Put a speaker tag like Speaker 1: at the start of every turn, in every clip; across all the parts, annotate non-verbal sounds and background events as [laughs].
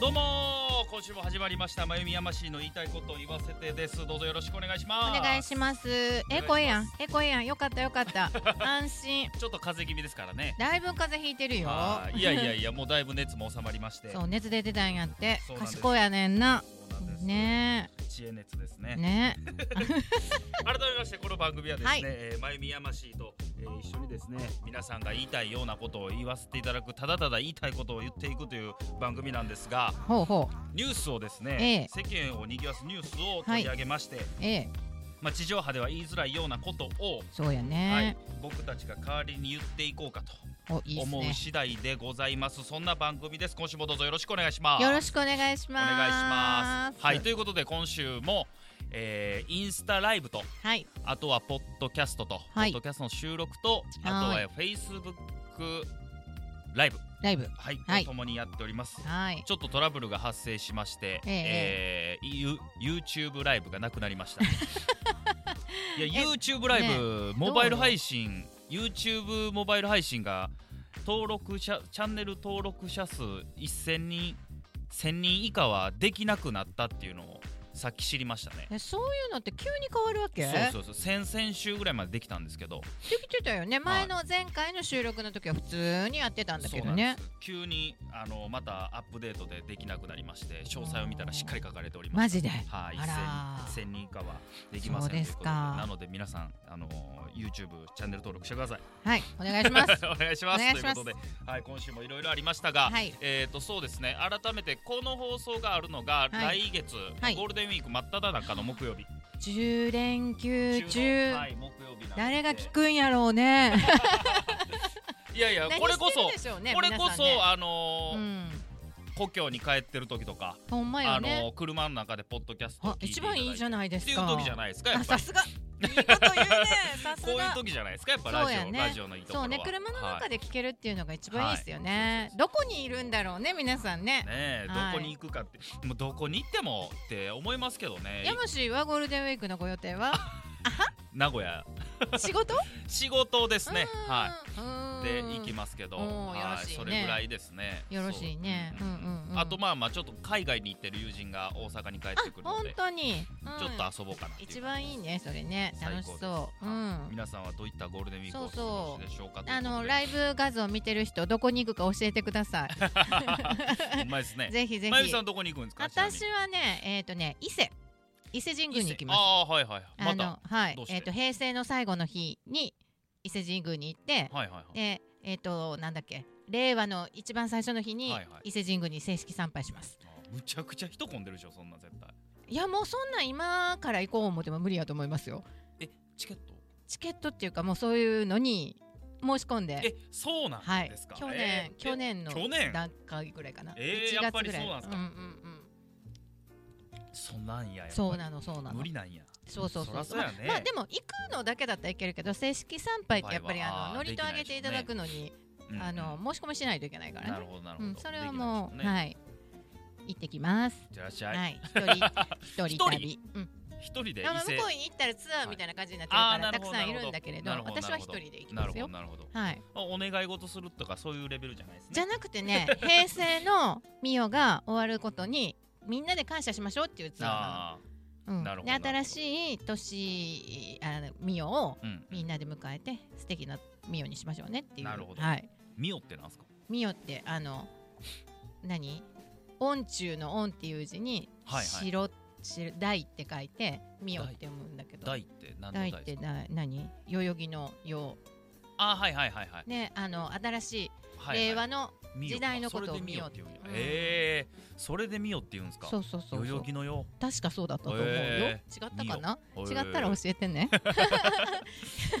Speaker 1: どうも今週も始まりましたまゆみやましいの言いたいことを言わせてですどうぞよろしくお願いし
Speaker 2: お
Speaker 1: ます
Speaker 2: 願いします。え
Speaker 1: お願いします
Speaker 2: え声やん。ええ声やん。よかったよ
Speaker 1: [laughs]
Speaker 2: かった。安心。
Speaker 1: ちょっと風邪気味ですからね
Speaker 2: だいぶ風邪ひいてるよ。
Speaker 1: はいいやいやいやもうだいぶ熱も収まりまして
Speaker 2: そう熱出てたんやって
Speaker 1: そう。なんです
Speaker 2: 賢いやねんな。
Speaker 1: そうなんです
Speaker 2: ね
Speaker 1: 知恵熱ですね
Speaker 2: えね
Speaker 1: 改めましてこの番組はですね、
Speaker 2: はい
Speaker 1: えーまゆみやましいと、えー一緒にですね皆さんが言いたいようなことを言わせていただくただただ言いたいことを言っていくという番組なんですが
Speaker 2: え。ほうほう。
Speaker 1: ニュースをですね、世間を賑わすニュースを取り上げまして、
Speaker 2: ええ
Speaker 1: まあ、地上波では言いづらいようなことを、
Speaker 2: そうや
Speaker 1: はい
Speaker 2: ね。、
Speaker 1: 僕たちが代わりに言っていこうかと
Speaker 2: おいいっす
Speaker 1: 思う
Speaker 2: ね。
Speaker 1: 次第でございますそんな番組です今週もどうぞよろしくお願いします
Speaker 2: よろしくお願いし
Speaker 1: お
Speaker 2: ます。
Speaker 1: 願いしますはいと
Speaker 2: い
Speaker 1: いうことで今週も、えーインスタライブと
Speaker 2: はい。
Speaker 1: あとはポッドキャストと、
Speaker 2: はい
Speaker 1: ポッドキャストの収録とあとはフェイスブックライブ
Speaker 2: ライブ。
Speaker 1: はい、
Speaker 2: はい
Speaker 1: ともにやっております
Speaker 2: はい。
Speaker 1: ちょっとトラブルが発生しまして、
Speaker 2: え
Speaker 1: えーユ YouTube ライブがなくなりましたいや YouTube ライブ、モバイル配信 YouTube モバイル配信が登録者チャンネル登録者数1000人1000人以下はできなくなったっていうのをさっき知りましたね
Speaker 2: えそういうのって急に変わるわけ？
Speaker 1: そうそうそう先々週ぐらいまでできたんですけど
Speaker 2: できてたよね。前の前回の収録の時は普通にやってたんだ
Speaker 1: そ
Speaker 2: け
Speaker 1: う
Speaker 2: ど
Speaker 1: なん
Speaker 2: ね
Speaker 1: で。す急にあのまたアップデートでできなくなりまして詳細を見たらしっかり書かれております
Speaker 2: マジで。
Speaker 1: はい、
Speaker 2: あら
Speaker 1: 1000人以下はできません
Speaker 2: そうですか
Speaker 1: ということでなので皆さん、あのー YouTube チャンネル登録してください。 [laughs]
Speaker 2: はい。お願いします。 [laughs]
Speaker 1: お願いします。
Speaker 2: お願いします
Speaker 1: ということで、はい、今週もいろいろありましたが、
Speaker 2: はい
Speaker 1: えっ、とそうですね、改めてこの放送があるのが、
Speaker 2: はい
Speaker 1: 来月、
Speaker 2: はい
Speaker 1: ゴールデンウィーク真っ只中の木曜日、
Speaker 2: 10連休
Speaker 1: 中
Speaker 2: 中
Speaker 1: のはい、木曜日なんで
Speaker 2: 誰が聞くんやろうね。
Speaker 1: いやいや、これこそ
Speaker 2: 何してるんで、しょうね
Speaker 1: これこ
Speaker 2: 皆さん
Speaker 1: そ、
Speaker 2: ね
Speaker 1: あのー
Speaker 2: うん、
Speaker 1: 故郷に帰ってる時とか、
Speaker 2: ほんま
Speaker 1: あ
Speaker 2: よ
Speaker 1: の
Speaker 2: ね。
Speaker 1: ー車の中でポッドキャスト
Speaker 2: あ
Speaker 1: 聞いて
Speaker 2: 一番いいじゃ
Speaker 1: ない
Speaker 2: ないで
Speaker 1: ですす
Speaker 2: か。
Speaker 1: か。っていう時じゃないですか、や
Speaker 2: あ
Speaker 1: っぱ
Speaker 2: さ
Speaker 1: り。
Speaker 2: すが。いいこと言うね。さす
Speaker 1: こういう
Speaker 2: が。
Speaker 1: 時じゃないですか、やっぱ
Speaker 2: そう
Speaker 1: ラジ
Speaker 2: や
Speaker 1: オ、
Speaker 2: ね
Speaker 1: ラジオのいいところ
Speaker 2: そ
Speaker 1: は。
Speaker 2: うね車の
Speaker 1: はい
Speaker 2: 中で聞けるっていうのが一番いいですよ
Speaker 1: は
Speaker 2: ね
Speaker 1: い、
Speaker 2: どこにいるんだろうね皆さんね
Speaker 1: ねえ、
Speaker 2: はい
Speaker 1: どこに行くかってもうどこに行ってもって思いますけどね
Speaker 2: 山氏はゴールデンウィークのご予定は
Speaker 1: 名古屋
Speaker 2: 仕事
Speaker 1: 仕事ですねはいいで行き
Speaker 2: ま
Speaker 1: ますけど、
Speaker 2: おー
Speaker 1: は
Speaker 2: よろしいね
Speaker 1: それぐらいですね
Speaker 2: よろしいね
Speaker 1: そう
Speaker 2: うんうんうん
Speaker 1: あとまあまあちょっと海外に行ってる友人が大阪に帰ってくるの
Speaker 2: 本
Speaker 1: で
Speaker 2: 当に、うん
Speaker 1: ちょっと遊ぼうかなっていう
Speaker 2: 一番いいねそれね
Speaker 1: 最高
Speaker 2: 楽
Speaker 1: です
Speaker 2: しそう、う
Speaker 1: はい
Speaker 2: ん、
Speaker 1: 皆さんはどういったゴールデンウィークをお過ごしでしょうか
Speaker 2: あの
Speaker 1: ラ [laughs]
Speaker 2: ライブ画像見てる人どこに行くか教えてください
Speaker 1: うまいですね
Speaker 2: ぜひぜ
Speaker 1: まゆみ
Speaker 2: ひ
Speaker 1: さんどこに行くんですか
Speaker 2: 私はねえっ、とね伊勢伊勢神宮に行きます
Speaker 1: ああーはいはい
Speaker 2: あ
Speaker 1: ま
Speaker 2: の
Speaker 1: た
Speaker 2: はい
Speaker 1: どうして
Speaker 2: えっ、と平成の最後の日に伊勢神宮に行って、
Speaker 1: はいはいはい
Speaker 2: でえっ、となんだっけ令和の一番最初の日に
Speaker 1: はいはい
Speaker 2: 伊勢神宮に正式参拝します、
Speaker 1: あーむちゃくちゃ人混んでるでしょそんな絶対
Speaker 2: いやもうそんなん今から行こう思っても無理やと思いますよ
Speaker 1: えチケット
Speaker 2: チケットっていうかもうそういうのに申し込んで
Speaker 1: えそうなん
Speaker 2: はい
Speaker 1: ですか、
Speaker 2: 去年、
Speaker 1: えー
Speaker 2: 去年の
Speaker 1: え去年
Speaker 2: 段階ぐらいかな、
Speaker 1: えー
Speaker 2: 1
Speaker 1: やっぱ
Speaker 2: 月
Speaker 1: り
Speaker 2: ぐらい
Speaker 1: そうなんすか
Speaker 2: うんうんうん
Speaker 1: そんなんややっぱり
Speaker 2: そうなのそうなの
Speaker 1: 無理なんや
Speaker 2: そうそうそう
Speaker 1: そらそうやね
Speaker 2: まあまあでも行くのだけだったらいけるけど正式参拝ってやっぱり
Speaker 1: 参拝は
Speaker 2: あの
Speaker 1: あー
Speaker 2: ノリと上げていただくのに、
Speaker 1: うん
Speaker 2: あの申し込みしないといけないから
Speaker 1: なる
Speaker 2: ね
Speaker 1: ほどなる
Speaker 2: う
Speaker 1: ほど、
Speaker 2: んそれはもう、
Speaker 1: できない
Speaker 2: はい行ってきます
Speaker 1: ですねじゃあいらっしゃい、[laughs]
Speaker 2: はい一人一人
Speaker 1: 一
Speaker 2: 旅うん
Speaker 1: 一人で伊勢
Speaker 2: あまあ向こうに行ったらツアーみたいな感じになってる
Speaker 1: はい
Speaker 2: か
Speaker 1: あーなる
Speaker 2: らた
Speaker 1: ほ
Speaker 2: く
Speaker 1: ど
Speaker 2: さんいるんだけれど
Speaker 1: なるほど
Speaker 2: 私は一人で行き
Speaker 1: な
Speaker 2: ま
Speaker 1: るほど
Speaker 2: すよ
Speaker 1: なるほど
Speaker 2: はい
Speaker 1: あお願い事するとかそういうレベルじゃないですね
Speaker 2: じゃなくてね平成のミオが終わることにみんなで感謝しましょうっていうツアーなの
Speaker 1: あ
Speaker 2: うん
Speaker 1: なるほど
Speaker 2: で
Speaker 1: なるほど
Speaker 2: 新しい年あのミオを
Speaker 1: ーうん
Speaker 2: みんなで迎えて素敵なミオにしましょうねっていう
Speaker 1: なるほど
Speaker 2: はい、
Speaker 1: ミオってなんすか
Speaker 2: ミオってあの何音中の音っていう字に
Speaker 1: はいはい
Speaker 2: 白、白大って書いてミオって読むんだけど
Speaker 1: 大って何の
Speaker 2: 大
Speaker 1: 大
Speaker 2: っ
Speaker 1: で
Speaker 2: て
Speaker 1: すか
Speaker 2: な何代々木の世
Speaker 1: あーはいはいはいはい、
Speaker 2: ねあの新しい
Speaker 1: はいはい、
Speaker 2: 令和の、
Speaker 1: ミオ
Speaker 2: 時代のことを
Speaker 1: あそれでミオって言うんや
Speaker 2: ミオってうん
Speaker 1: えー、それでミオって言うんですか
Speaker 2: そうそうそうそう
Speaker 1: 代々木のよ
Speaker 2: 確かそうだったと思うよ、
Speaker 1: へ
Speaker 2: 違ったかな
Speaker 1: ミオ
Speaker 2: 違ったら教えてね
Speaker 1: えー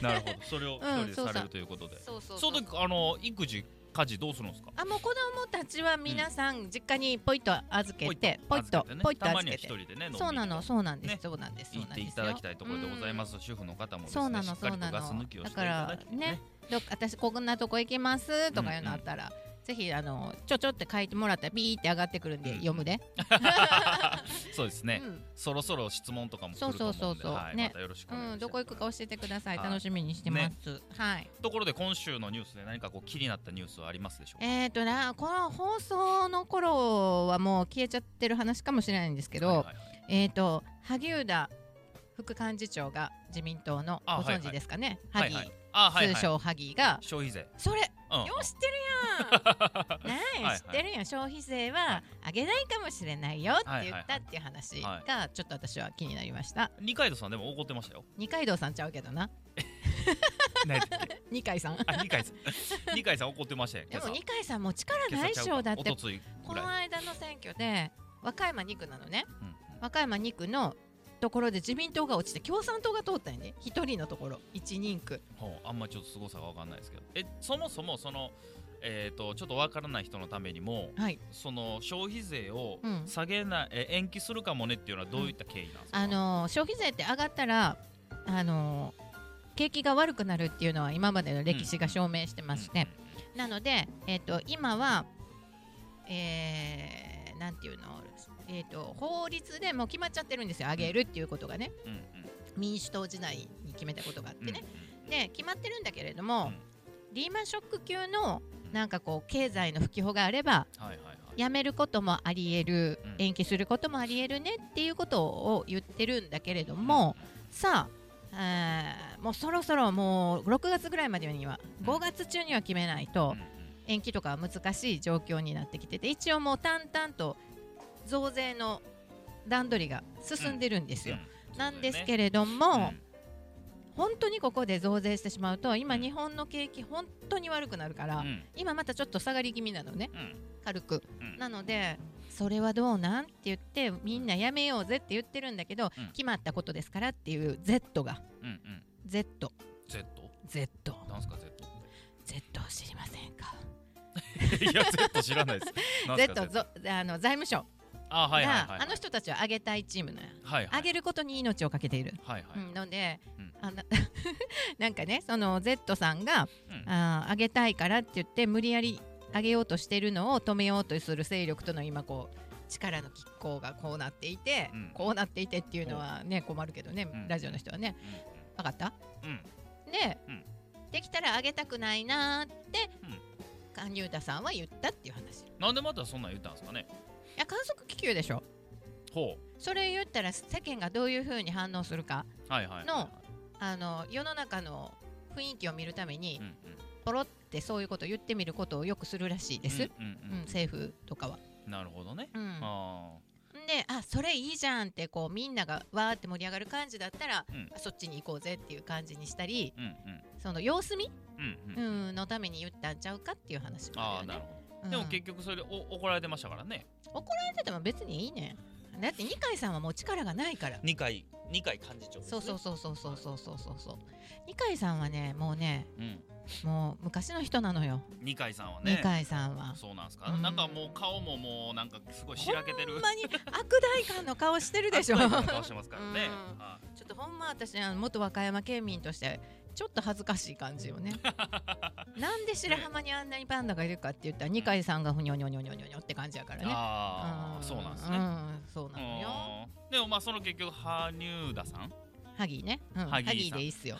Speaker 1: [laughs] なるほどそれを一人で
Speaker 2: うんそうそ
Speaker 1: さ
Speaker 2: う
Speaker 1: れるということで、
Speaker 2: そうそう
Speaker 1: その時あの育児家事どうするんですか
Speaker 2: あもう子供たちは皆さん実家にポイッと預けてポイッと
Speaker 1: 預けてね
Speaker 2: ポイッと
Speaker 1: たま
Speaker 2: 預
Speaker 1: には
Speaker 2: け
Speaker 1: 一
Speaker 2: て
Speaker 1: 人でねのんびりと
Speaker 2: そうなのそうなんです、
Speaker 1: ね
Speaker 2: そうなんですそう
Speaker 1: 行っ
Speaker 2: なん
Speaker 1: て
Speaker 2: で
Speaker 1: い
Speaker 2: す
Speaker 1: た
Speaker 2: よ
Speaker 1: だきたいところでございます主婦の方もですね
Speaker 2: そうなの
Speaker 1: しっかりと
Speaker 2: そうなの
Speaker 1: ガス抜きをしてい
Speaker 2: だ
Speaker 1: た
Speaker 2: か
Speaker 1: だ
Speaker 2: ら
Speaker 1: き
Speaker 2: ねど私こんなとこ行きますとかいうのあったら、ぜひあのちょちょって書いてもらったらビーって上がってくるん
Speaker 1: う
Speaker 2: で、
Speaker 1: ん
Speaker 2: 読むで、
Speaker 1: そうですね、
Speaker 2: うん
Speaker 1: そろそろ質問とかも来ると思うんで
Speaker 2: そうそうそうそう
Speaker 1: はい
Speaker 2: ね
Speaker 1: またよろしくお願いします、
Speaker 2: うん、どこ行くか教えてください、
Speaker 1: はい
Speaker 2: 楽しみにしてます、はい
Speaker 1: ところで今週のニュースで何かこう気になったニュースはありますでしょうか
Speaker 2: えーとなこの放送の頃はもう消えちゃってる話かもしれないんですけど、
Speaker 1: はいはいはい
Speaker 2: えーと萩生田副幹事長が自民党のご
Speaker 1: あはい
Speaker 2: 存知ですかね、萩、
Speaker 1: はいはいあはいはい
Speaker 2: 通称萩が
Speaker 1: 消費税、
Speaker 2: それよ
Speaker 1: うん、
Speaker 2: う知って
Speaker 1: [laughs]
Speaker 2: るやん
Speaker 1: はい
Speaker 2: な
Speaker 1: はい
Speaker 2: い知ってるやん消費税は上げないかもしれないよって言ったっていう
Speaker 1: は
Speaker 2: 話
Speaker 1: いはい
Speaker 2: がちょっと私は気になりました
Speaker 1: 二階堂さんでも怒ってました [laughs] よ
Speaker 2: 二階堂さんちゃうけどな
Speaker 1: 何だっけ
Speaker 2: 二階さん
Speaker 1: あ二
Speaker 2: [laughs]
Speaker 1: 階さん二階さん怒ってましたよ
Speaker 2: で
Speaker 1: 今
Speaker 2: も
Speaker 1: 朝
Speaker 2: 二階さんもう力
Speaker 1: 今
Speaker 2: ないっ
Speaker 1: 朝
Speaker 2: し
Speaker 1: ちゃ
Speaker 2: ょ
Speaker 1: う
Speaker 2: だ
Speaker 1: か
Speaker 2: って
Speaker 1: おとつい
Speaker 2: こ
Speaker 1: ぐらい
Speaker 2: の間の選挙で和歌山2区なのね
Speaker 1: うんうん
Speaker 2: 和歌山2区のところで自民党が落ちて共産党が通ったんやね一人のところ一人区
Speaker 1: ほうあんまちょっと凄さが分かんないですけどえそもそもそのえっ、とちょっと分からない人のためにも
Speaker 2: はい
Speaker 1: その消費税を
Speaker 2: うん
Speaker 1: 下げない、え延期するかもねっていうのはどういった経緯なんですか、
Speaker 2: あのー消費税って上がったらあのー景気が悪くなるっていうのは今までの歴史が証明してまして、なので、えっと今は、えー、なんていうの、えっと法律でもう決まっちゃってるんですよ上げるっていうことがね
Speaker 1: うんうんうん
Speaker 2: 民主党時代に決めたことがあって
Speaker 1: うん
Speaker 2: ね、で決まってるんだけれども、リーマンショック級の
Speaker 1: うん
Speaker 2: なんかこう経済の不況があれば
Speaker 1: うんはいはいはい
Speaker 2: やめることもありえる、
Speaker 1: うん
Speaker 2: 延期することもありえるねっていうことを言ってるんだけれども、さあえーもうそろそろもう6月ぐらいまでには
Speaker 1: うん
Speaker 2: 5月中には決めない
Speaker 1: うんう
Speaker 2: と
Speaker 1: ん
Speaker 2: 延期とかは難しい状況になってきてて一応もう淡々と増税の段取りが進んでるんですよ。
Speaker 1: うん
Speaker 2: なんです
Speaker 1: そう
Speaker 2: けれども、
Speaker 1: だよね
Speaker 2: 本当にここで増税してしまうと今
Speaker 1: うん
Speaker 2: 日本の景気本当に悪くなるから、
Speaker 1: うん
Speaker 2: 今またちょっと下がり気味なのね
Speaker 1: うん
Speaker 2: 軽く。
Speaker 1: うんうん
Speaker 2: なのでそれはどうなんって言ってみんなやめようぜって言ってるんだけど、
Speaker 1: うん
Speaker 2: 決まったことですからっていう Z が
Speaker 1: うんうん
Speaker 2: ZZZ
Speaker 1: Z なんすか Z
Speaker 2: Z を知りませんか
Speaker 1: いや Z 知らないですなんすか
Speaker 2: Z ぞあの財務省
Speaker 1: あ
Speaker 2: が、
Speaker 1: はいはいはい
Speaker 2: あの人たちを上げたいチームなのよ
Speaker 1: はいはい
Speaker 2: 上げることに命をかけている、
Speaker 1: はいはい
Speaker 2: うん、の [laughs] で、
Speaker 1: うん
Speaker 2: あななんかねその Z さんが
Speaker 1: うん
Speaker 2: あー上げたいからって言って無理やり上げようとしてるのを止めようとする勢力との今こう力の拮抗がこうなっていて、
Speaker 1: うん
Speaker 2: こうなっていてっていうのはね困るけどね、
Speaker 1: うん
Speaker 2: ラジオの人はね分かった
Speaker 1: うんうん
Speaker 2: で、
Speaker 1: うん
Speaker 2: できたら上げたくないなーって
Speaker 1: うん
Speaker 2: 勧誘太さんは言ったっていう話い
Speaker 1: なんでまたそんなん言ったんですかね
Speaker 2: や観測気球でしょ
Speaker 1: ほ
Speaker 2: それ言ったら世間がどういうふうに反応するか
Speaker 1: うはいはいはい
Speaker 2: のあの世の中の雰囲気を見るために
Speaker 1: うんうん
Speaker 2: ポロってそういうことを言ってみることをよくするらしいです、
Speaker 1: うんうん
Speaker 2: うん、政府とかは。
Speaker 1: うんなるほどね
Speaker 2: うん
Speaker 1: あ
Speaker 2: であそれいいじゃんってこうみんながわーって盛り上がる感じだったら、
Speaker 1: うん
Speaker 2: そっちに行こうぜっていう感じにしたり
Speaker 1: ーうんうん
Speaker 2: その様子見、
Speaker 1: うん
Speaker 2: う
Speaker 1: うん
Speaker 2: ん、のために言ったんちゃうかっていう話も
Speaker 1: あ
Speaker 2: あ
Speaker 1: あ
Speaker 2: る
Speaker 1: な
Speaker 2: よ
Speaker 1: る
Speaker 2: ね。
Speaker 1: ほ
Speaker 2: うん
Speaker 1: どでも結局それお怒られてましたからね
Speaker 2: 言ってても別にいいねんだって二階さんはもう力がないから。
Speaker 1: 二階二階幹事長
Speaker 2: そうそうそうそうそうそうそうそうそう二階さんはねもうね
Speaker 1: うん
Speaker 2: もう昔の人なのよ、
Speaker 1: 二階さんは
Speaker 2: 二
Speaker 1: ね
Speaker 2: 階さんは
Speaker 1: そうなんですか
Speaker 2: うん
Speaker 1: なんかもう顔ももうなんかすごいしらけて
Speaker 2: ほ
Speaker 1: る
Speaker 2: んまに悪代官の顔してるでしょ
Speaker 1: 悪態の顔してますからね
Speaker 2: うん
Speaker 1: は
Speaker 2: ちょっとほんま私あの元和歌山県民としてちょっと恥ずかしい感じよねなんで白浜にあんなにパンダがいるかって言ったら二階さんがふにょにょにょにょにょにょって感じやから
Speaker 1: い
Speaker 2: ね
Speaker 1: ああそうなんです
Speaker 2: う
Speaker 1: ね
Speaker 2: んそうなのよ
Speaker 1: うんでもまあその結局羽生田さん
Speaker 2: ハギーね、うん、
Speaker 1: ハ
Speaker 2: ハ
Speaker 1: ギー
Speaker 2: ギ
Speaker 1: さん
Speaker 2: ーでいいっ
Speaker 1: [laughs]
Speaker 2: すよ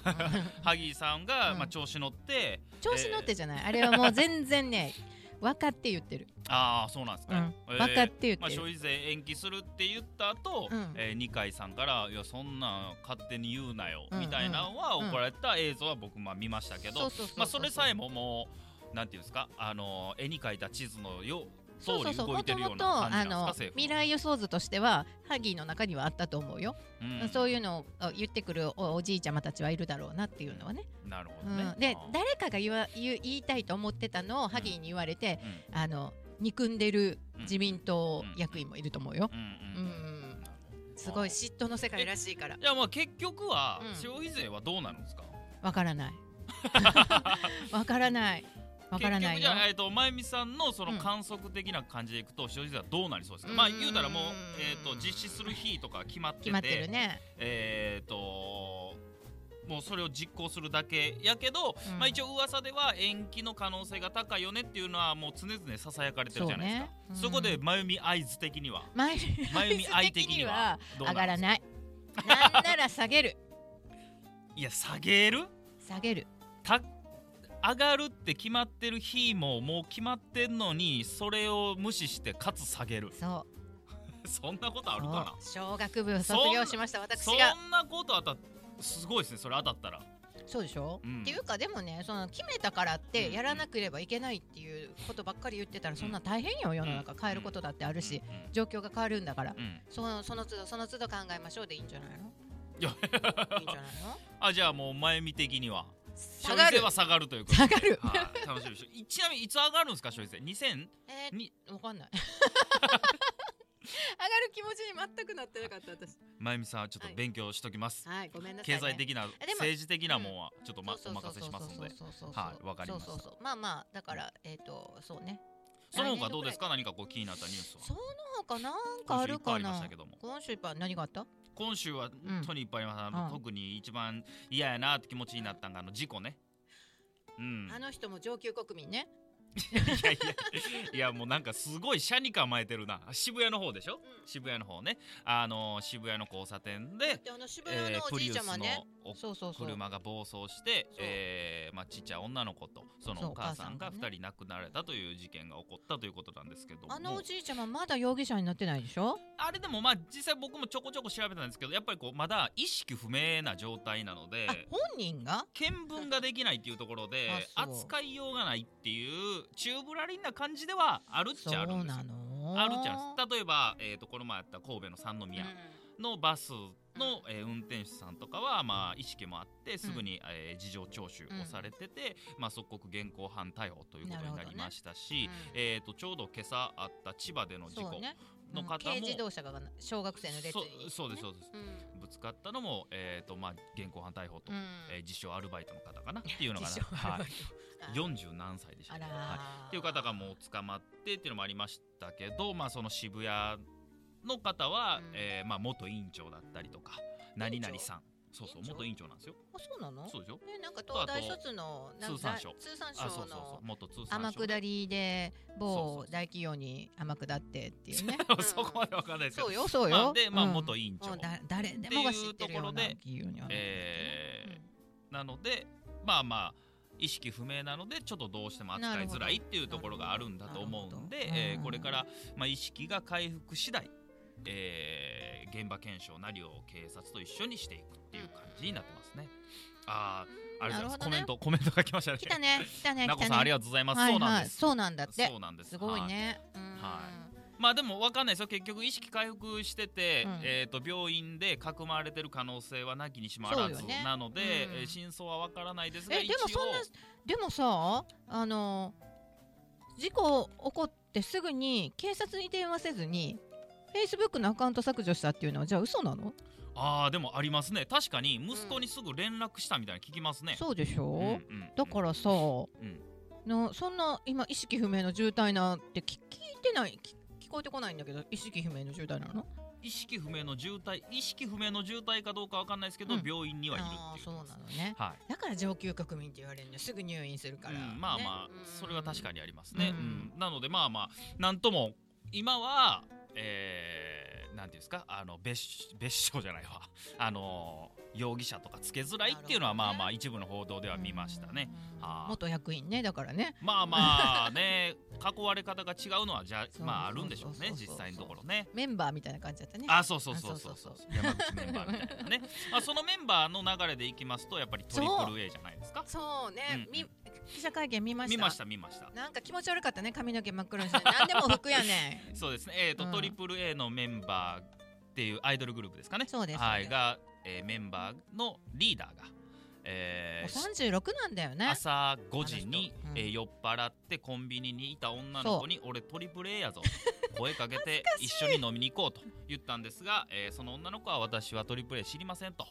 Speaker 1: 萩井さんが、
Speaker 2: うん
Speaker 1: まあ、調子乗って
Speaker 2: 調子乗ってじゃないあれはもう全然ね分かって言ってる、
Speaker 1: ああそうなんです
Speaker 2: う
Speaker 1: か、
Speaker 2: ん、
Speaker 1: えー
Speaker 2: 分かって言っ
Speaker 1: まあ、
Speaker 2: て
Speaker 1: 消
Speaker 2: る、
Speaker 1: 費税延期するって言った後、
Speaker 2: うん
Speaker 1: えー、二階さんから「いやそんなん勝手に言うなよ」
Speaker 2: うん
Speaker 1: みたいなのは
Speaker 2: うん
Speaker 1: 怒られた映像は僕まあ見ましたけど、
Speaker 2: そうそうそうそう
Speaker 1: まあ、それさえももうなんていうんですか、あのー絵に描いた地図のよう
Speaker 2: そう
Speaker 1: 通
Speaker 2: そう
Speaker 1: り
Speaker 2: そう
Speaker 1: 動
Speaker 2: も
Speaker 1: いて
Speaker 2: と
Speaker 1: るよ
Speaker 2: も
Speaker 1: う
Speaker 2: と
Speaker 1: な感
Speaker 2: あ
Speaker 1: じなん
Speaker 2: の
Speaker 1: ですか
Speaker 2: 未来予想図としてはハギーの中にはあったと思うよ、
Speaker 1: 政府
Speaker 2: そう
Speaker 1: い
Speaker 2: いうのを言ってくるおおじいちゃまたちはいるだろうなっていうのはね
Speaker 1: うんなるほ
Speaker 2: う
Speaker 1: どね、
Speaker 2: ん、で
Speaker 1: あー
Speaker 2: 誰かが言わ言う言いたいと思ってたのをハギーに言われて、
Speaker 1: うん
Speaker 2: あの憎んでる自民党
Speaker 1: うん
Speaker 2: 役員もいると思うよ。
Speaker 1: うん
Speaker 2: うん、
Speaker 1: うんうんなるほど
Speaker 2: すごい嫉妬の世界らしいから
Speaker 1: いやまあ結局は
Speaker 2: うん
Speaker 1: 消費税はどうなるんですか、
Speaker 2: わからないわからないわからない
Speaker 1: 結局
Speaker 2: よ
Speaker 1: じゃあ、えー、とまゆみさんのそ
Speaker 2: うん
Speaker 1: の観測的な感じでいくと、消費税はどうなりそうですか、
Speaker 2: うん
Speaker 1: まあ言うたらもう、えー、と実施する日とか決まってて
Speaker 2: 決まってるね
Speaker 1: えっ、ともうそれを実行するだけやけど、
Speaker 2: うん
Speaker 1: まあ、一応噂では延期の可能性が高いよねっていうのはもう常々ささやかれてるじゃないですか
Speaker 2: そうねうん
Speaker 1: そ,、こで真由美合図的
Speaker 2: [laughs]
Speaker 1: には
Speaker 2: マイ
Speaker 1: 真由
Speaker 2: ル [laughs]
Speaker 1: 美
Speaker 2: ア
Speaker 1: 愛
Speaker 2: イ
Speaker 1: 的
Speaker 2: 的
Speaker 1: に
Speaker 2: に
Speaker 1: は
Speaker 2: は
Speaker 1: どう
Speaker 2: 上
Speaker 1: なん
Speaker 2: がら
Speaker 1: です
Speaker 2: ないなんなら下げる
Speaker 1: いや下げる
Speaker 2: 下げる
Speaker 1: た上がるって決まってる日ももう決まってんのにそれを無視してかつ下げる
Speaker 2: そ
Speaker 1: [laughs]
Speaker 2: う
Speaker 1: そんなことあるか
Speaker 2: そう小学部を卒業しました
Speaker 1: な
Speaker 2: 私
Speaker 1: そ
Speaker 2: が
Speaker 1: んなことあったらすごいですねそれ当たったら
Speaker 2: そうでしょ、
Speaker 1: うん
Speaker 2: っていうかでもねその決めたからっ
Speaker 1: う
Speaker 2: て
Speaker 1: ん
Speaker 2: やらなければいけないっていうことばっかり言ってたらそんな大変よ世の中変えることだってあるし
Speaker 1: うん
Speaker 2: 状況が変わるんだから
Speaker 1: うんうん
Speaker 2: そのその都度その都度考えましょうでいいんじゃないの
Speaker 1: いや
Speaker 2: いいんじゃないの
Speaker 1: あじゃあもう前見的には
Speaker 2: 下
Speaker 1: 消
Speaker 2: が
Speaker 1: 費
Speaker 2: る
Speaker 1: 税は下がるということ
Speaker 2: 下がる
Speaker 1: はい、楽しみにしてちなみにいつ上がるんですか消費税 2000?
Speaker 2: [laughs] え
Speaker 1: に
Speaker 2: ー、わかんない [laughs] 上がる気持ちに全くなってなかった私
Speaker 1: まゆみさんはちょっと勉強しときます、
Speaker 2: はいごめんなさい、ね、
Speaker 1: 経済的な、
Speaker 2: あでも
Speaker 1: 政治的なもんはちょっと、ま
Speaker 2: そう
Speaker 1: お
Speaker 2: そう
Speaker 1: 任せしますので
Speaker 2: そうそうそうそう
Speaker 1: はいわかりました
Speaker 2: そうそうそうまあまあだからえっ、とそうね
Speaker 1: その他どうですか何かこう気になったニュース
Speaker 2: そ
Speaker 1: は
Speaker 2: の他なんかある
Speaker 1: 今週いっぱい
Speaker 2: か
Speaker 1: ありまし
Speaker 2: な
Speaker 1: たけども
Speaker 2: 今週いっぱい何があった
Speaker 1: 今週は本当にいっぱいありました、あの
Speaker 2: うん
Speaker 1: 特に一番嫌やなって気持ちになったのがあの事故ねうん、
Speaker 2: あの人も上級国民ね
Speaker 1: いやいやいやもうなんかすごい車に構えてるな渋谷の方でしょ、
Speaker 2: うん
Speaker 1: 渋谷の方ねあの渋谷の交差点で、
Speaker 2: であの渋谷の
Speaker 1: ー
Speaker 2: お
Speaker 1: プ
Speaker 2: じ
Speaker 1: リ
Speaker 2: い
Speaker 1: ウ
Speaker 2: ちゃ
Speaker 1: ス
Speaker 2: ま
Speaker 1: の
Speaker 2: ね、
Speaker 1: お
Speaker 2: そうそうそう
Speaker 1: 車が暴走して
Speaker 2: そう、
Speaker 1: えーまあ、ちっちゃい女の子とそ
Speaker 2: そ
Speaker 1: の
Speaker 2: う
Speaker 1: お母さんが
Speaker 2: お母さんが
Speaker 1: 2人亡くなられたという事件が起こったということなんですけども
Speaker 2: あのおじいちゃままだ容疑者になってないでしょ
Speaker 1: あれでもまあ実際僕もちょこちょこ調べたんですけどやっぱりこうまだ意識不明な状態なので
Speaker 2: あ本人が
Speaker 1: 見分ができないっていうところで
Speaker 2: あそう
Speaker 1: 扱いようがないっていう宙ぶらりんな感じではあるっ
Speaker 2: そ
Speaker 1: ちゃあるん
Speaker 2: う
Speaker 1: ですよ
Speaker 2: なの
Speaker 1: あるっちゃあるんです例えば、えー、とこの前あった神戸の三宮のバスの、えー運転手さんとかは、まあ、意識もあってすぐに、えー事情聴取をされてて、まあ、即刻現行犯逮捕ということになりましたし、
Speaker 2: うん
Speaker 1: えー、とちょうど今朝あった千葉での事
Speaker 2: そう
Speaker 1: 故
Speaker 2: ね
Speaker 1: の
Speaker 2: うん
Speaker 1: 方も、
Speaker 2: 軽自動車が小学生の列に
Speaker 1: そうそうです
Speaker 2: ね
Speaker 1: そうです、
Speaker 2: うん
Speaker 1: ぶつかったのも、えーとまあ、現行犯逮捕と、
Speaker 2: うん
Speaker 1: えー自称アルバイトの方かなっていうのが
Speaker 2: 自称アルバイ
Speaker 1: はい、40何歳でした
Speaker 2: あ
Speaker 1: け
Speaker 2: ら
Speaker 1: ど
Speaker 2: ー
Speaker 1: はい、っていう方がもう捕まってっていうのもありましたけど、まあ、その渋谷の方は、
Speaker 2: うん
Speaker 1: えーまあ、元委員長だったりとか何々さんそうそう
Speaker 2: 委員長
Speaker 1: 元委員長なんですよ
Speaker 2: あそうなの
Speaker 1: そうですよ
Speaker 2: ねなんか東大卒のなんか
Speaker 1: 通産省
Speaker 2: 通産
Speaker 1: あそうそ
Speaker 2: 省
Speaker 1: うそ
Speaker 2: の
Speaker 1: う元通産省
Speaker 2: 天下りで
Speaker 1: そうそう
Speaker 2: 某
Speaker 1: そう
Speaker 2: 大企業に天下ってっていうねう
Speaker 1: [laughs]
Speaker 2: ん
Speaker 1: そこまでわかんないですけど
Speaker 2: そうよそう
Speaker 1: まあ
Speaker 2: よ
Speaker 1: で、まあ、
Speaker 2: うん
Speaker 1: 元委員長、
Speaker 2: もうだ誰でもが知ってるような
Speaker 1: って
Speaker 2: 企業にはなるんだよね
Speaker 1: えーなのでまあまあ意識不明なのでちょっとどうしても扱いづらいっていうところがあるんだと思うん
Speaker 2: なる
Speaker 1: で
Speaker 2: ほ、ど
Speaker 1: え
Speaker 2: う
Speaker 1: ー
Speaker 2: ん
Speaker 1: これから、まあ、意識が回復次第、えー現場検証なりを警察と一緒にしていくっていう感じになってますね。あーありがとうございます、コメン
Speaker 2: なるほど
Speaker 1: ト
Speaker 2: ね
Speaker 1: コメントが来ましたね。
Speaker 2: 来たね
Speaker 1: [laughs]
Speaker 2: 来たね
Speaker 1: な
Speaker 2: 来
Speaker 1: こ
Speaker 2: た
Speaker 1: さんあり
Speaker 2: ね
Speaker 1: がとうございます。
Speaker 2: はい
Speaker 1: そうなん
Speaker 2: は
Speaker 1: で
Speaker 2: い
Speaker 1: す。
Speaker 2: そうなんだって
Speaker 1: そうなんです。
Speaker 2: すごい
Speaker 1: は
Speaker 2: ねうん
Speaker 1: はまあでも分かんないですよ結局意識回復してて、
Speaker 2: うん
Speaker 1: えー、と病院でかくまわれてる可能性はなきにしもあらず
Speaker 2: そうよね
Speaker 1: なので、
Speaker 2: うん
Speaker 1: えー真相は分からないですが
Speaker 2: え
Speaker 1: 一
Speaker 2: でも
Speaker 1: 応
Speaker 2: そんなでもさあの事故起こってすぐに警察に電話せずにフェイスブックのアカウント削除したっていうのはじゃあ嘘なの
Speaker 1: あーでもありますね確かに息子にすぐ連絡したみたいなの聞きますね、
Speaker 2: そうでしょ
Speaker 1: うんうんうん
Speaker 2: だからさ、
Speaker 1: ん
Speaker 2: のそんな今意識不明の重体なんて聞聞いてない聞聞こえてこないんだけど意識不明の重体なの
Speaker 1: 意識不明の重体意識不明の重体かどうか分かんないですけど、
Speaker 2: うん
Speaker 1: 病院にはいるっ
Speaker 2: あー
Speaker 1: ていう
Speaker 2: そ
Speaker 1: こ
Speaker 2: う
Speaker 1: とです
Speaker 2: なのね
Speaker 1: はい
Speaker 2: だから上級国民って言われるんだよすぐ入院するから、
Speaker 1: うん、まあまあ、それは確かにありますね、
Speaker 2: うん
Speaker 1: うんなのでまあまあなんとも今はえー、なんていうんですかあの別別所じゃないわ [laughs] あの容疑者とかつけづらいっていうのは、
Speaker 2: な
Speaker 1: まあ
Speaker 2: るほどね
Speaker 1: まあ一部の報道で
Speaker 2: に
Speaker 1: は見ましたね、はい
Speaker 2: 元役員ねだからね
Speaker 1: まあまあね [laughs] 囲われ方が違うのはじゃ
Speaker 2: そう
Speaker 1: まああるんでしょうね
Speaker 2: そうそうそうそう
Speaker 1: 実際のところね
Speaker 2: メンバーみたいな感じだったね
Speaker 1: あそうそうそうそうそう
Speaker 2: あそう
Speaker 1: 山口メンバーみたいなねあそのメンバーの流れでいきますとやっぱりトリプル A じゃないですか
Speaker 2: そうね、
Speaker 1: うん
Speaker 2: み記者会見見ました
Speaker 1: 見ました見ました
Speaker 2: なんか気持ち悪かったね髪の毛真っ黒にして何でも服や
Speaker 1: [laughs]
Speaker 2: ねん
Speaker 1: そうですね、えーと
Speaker 2: うん
Speaker 1: トリプル a のメンバーっていうアイドルグループですかね
Speaker 2: そうです
Speaker 1: は
Speaker 2: そうで
Speaker 1: い
Speaker 2: す
Speaker 1: が、えーメンバーのリーダーが、え
Speaker 2: もう
Speaker 1: ーし
Speaker 2: 36なんだよね
Speaker 1: 朝5時に、
Speaker 2: あの人うん
Speaker 1: えー酔っ払ってコンビニにいた女の子に「俺トリプル a
Speaker 2: [laughs]
Speaker 1: やぞ」声かけて一緒に飲みに行こうと言ったんですが、えーその女の子は私はトリプル a 知りませんと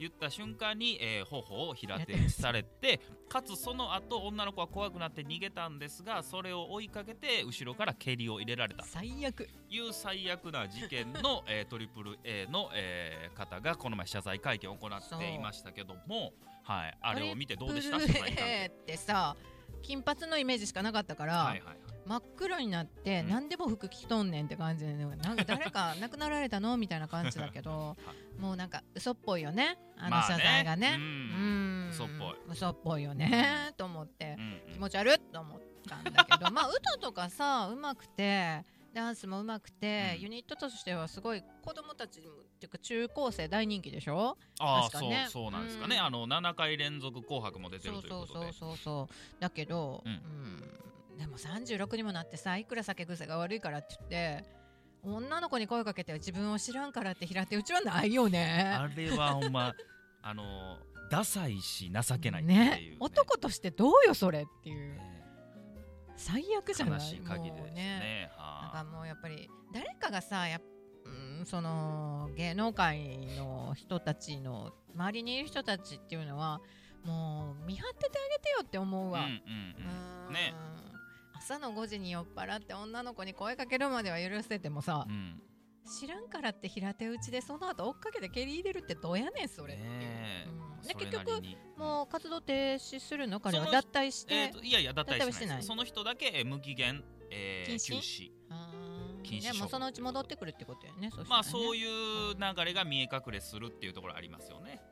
Speaker 1: 言った瞬間に、えー頬を平手打ちされてかつその後女の子は怖くなって逃げたんですがそれを追いかけて後ろから蹴りを入れられたと
Speaker 2: 最悪
Speaker 1: いう最悪な事件
Speaker 2: [laughs]
Speaker 1: の、えートリプル A の、えー方がこの前謝罪会見を行っていましたけども、はい、あれを見てどうでした
Speaker 2: ブ
Speaker 1: 謝
Speaker 2: ル
Speaker 1: 罪会見
Speaker 2: ー [laughs] ってさ金髪のイメージしかなかったから、
Speaker 1: はいはいはい
Speaker 2: 真っ黒になって、
Speaker 1: うん
Speaker 2: 何でも服着とんねんって感じでなんか誰か亡くなられたのみたいな感じだけど、もうなんか嘘っぽいよねあの
Speaker 1: まあ
Speaker 2: 謝
Speaker 1: ね
Speaker 2: 罪がね,、
Speaker 1: うん
Speaker 2: ん
Speaker 1: 嘘っぽい
Speaker 2: 嘘っぽいよねと思って
Speaker 1: う、んうん
Speaker 2: 気持ち悪っと思ったんだけどまあ歌とかさうまくてダンスもうまくて、
Speaker 1: うん
Speaker 2: ユニットとしてはすごい子供たちにもっていうか中高生大人気でしょ
Speaker 1: ああ、
Speaker 2: 確
Speaker 1: そ
Speaker 2: か
Speaker 1: う
Speaker 2: ね
Speaker 1: そうなんですかね、
Speaker 2: うん
Speaker 1: あの7回連続「紅白」も出て
Speaker 2: そ
Speaker 1: る
Speaker 2: う
Speaker 1: という
Speaker 2: そ
Speaker 1: こ
Speaker 2: う
Speaker 1: とで
Speaker 2: そうそうそうだけど、
Speaker 1: う
Speaker 2: うんんでも36にもなってさいくら酒癖が悪いからって言って女の子に声かけて自分を知らんからって平手打ちはないよね。
Speaker 1: あれはほんま [laughs] あのダサいし情けないっていうね、
Speaker 2: ね男としてどうよそれっていう
Speaker 1: ね
Speaker 2: 最悪じゃない
Speaker 1: 悲しい限りです
Speaker 2: もう
Speaker 1: ね
Speaker 2: なん
Speaker 1: は
Speaker 2: かもうやっぱり誰かがさやっうんその芸能界の人たちの周りにいる人たちっていうのはもう見張っててあげてよって思う
Speaker 1: いうん
Speaker 2: わ。
Speaker 1: うんうん
Speaker 2: うーん
Speaker 1: ね
Speaker 2: 朝の5時に酔っ払って女の子に声かけるまでは許せてもさ、
Speaker 1: うん
Speaker 2: 知らんからって平手打ちでその後追っかけて蹴り入れるってどうやねんそれっていう、
Speaker 1: ねえ
Speaker 2: うんで
Speaker 1: それ
Speaker 2: 結
Speaker 1: なり
Speaker 2: 局
Speaker 1: に
Speaker 2: もう活動停止するの彼は
Speaker 1: その
Speaker 2: 脱退して、
Speaker 1: えーといやいや脱退
Speaker 2: 脱退は
Speaker 1: し
Speaker 2: して
Speaker 1: な
Speaker 2: て
Speaker 1: い
Speaker 2: な
Speaker 1: で
Speaker 2: い
Speaker 1: すその人だけえー無期限、えー
Speaker 2: 禁止
Speaker 1: 休
Speaker 2: あー
Speaker 1: 禁止
Speaker 2: で
Speaker 1: 処
Speaker 2: も
Speaker 1: 分
Speaker 2: そのうち戻ってくるってことよねそ
Speaker 1: 止まあそう
Speaker 2: う
Speaker 1: いう流れが見え隠れするっていうところありますよね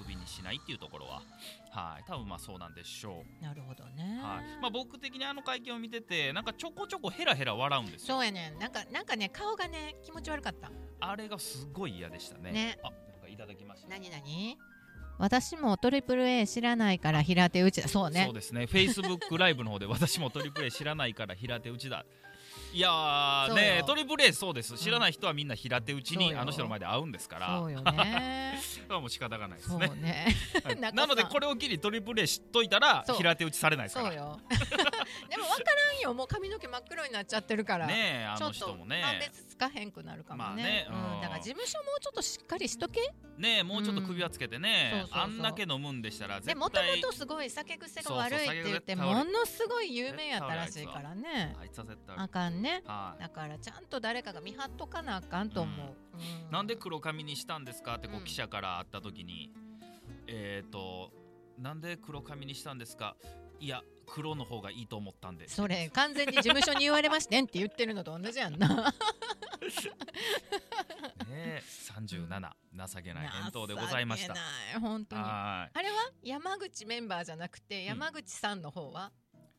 Speaker 1: クビにしないっていうところははい多分まあそうなんでしょう
Speaker 2: なるほどね、
Speaker 1: はいまあ、僕的にあの会見を見ててなんかちょこちょこヘラヘラ笑うんですよ
Speaker 2: そうやねんなんかなんかね顔がね気持ち悪かった
Speaker 1: あれがすごい嫌でしたね
Speaker 2: ね
Speaker 1: あなんかいただきました
Speaker 2: 何何私もトリプル A 知らないから平手打ちだそうね
Speaker 1: そうですね Facebook ライブの方で私もトリプル A 知らないから平手打ちだいやー
Speaker 2: そうよ
Speaker 1: ねトリプル A そうです知らない人はみんな平手打ち
Speaker 2: そ
Speaker 1: に
Speaker 2: うよ
Speaker 1: あの人の前で会うんですから
Speaker 2: そうよ
Speaker 1: [laughs]
Speaker 2: ね
Speaker 1: それはもう仕方がないで
Speaker 2: そ
Speaker 1: す
Speaker 2: う
Speaker 1: [laughs] ね
Speaker 2: ね
Speaker 1: はい
Speaker 2: 中さん
Speaker 1: なのでこれを機にトリプル A 知っといたら
Speaker 2: そう
Speaker 1: 平手打ちされないです
Speaker 2: そ
Speaker 1: か
Speaker 2: うよ [laughs]
Speaker 1: ら
Speaker 2: で
Speaker 1: ね
Speaker 2: もわからんよもう髪の毛真っ黒になっちゃってるから、
Speaker 1: えあ
Speaker 2: ちょ
Speaker 1: の
Speaker 2: っと
Speaker 1: 人もね
Speaker 2: 判別つかへんくなるか
Speaker 1: まあ
Speaker 2: も
Speaker 1: ね
Speaker 2: ね,、
Speaker 1: うん
Speaker 2: うん、だから事務所もうちょっとしっかりしとけ
Speaker 1: ねえもうちょっと首輪つけてね、
Speaker 2: うんそうそうそう
Speaker 1: あんだけ飲むんでしたら絶
Speaker 2: で
Speaker 1: 対
Speaker 2: もともとすごい酒癖が悪いって言って
Speaker 1: そうそう酒癖が
Speaker 2: も
Speaker 1: 倒
Speaker 2: のすごい有名やったらしいからね
Speaker 1: あいつは絶対あ
Speaker 2: あ
Speaker 1: る
Speaker 2: かんね
Speaker 1: はい
Speaker 2: だからちゃんと誰かが見張っとかなあかんと思う、う
Speaker 1: なんで黒髪にしたんですかってこ
Speaker 2: う
Speaker 1: うん記者から会った時に、えっ、となんで黒髪にしたんですかいや黒の方がいいと思ったんで
Speaker 2: それ完全に事務所に言われましてんって言ってるのと同じ
Speaker 1: [laughs]
Speaker 2: やんな
Speaker 1: ね37情けない返答でございました
Speaker 2: [laughs] 情けない本当にあ
Speaker 1: は
Speaker 2: れは山口メンバーじゃなくて山口さんの方は、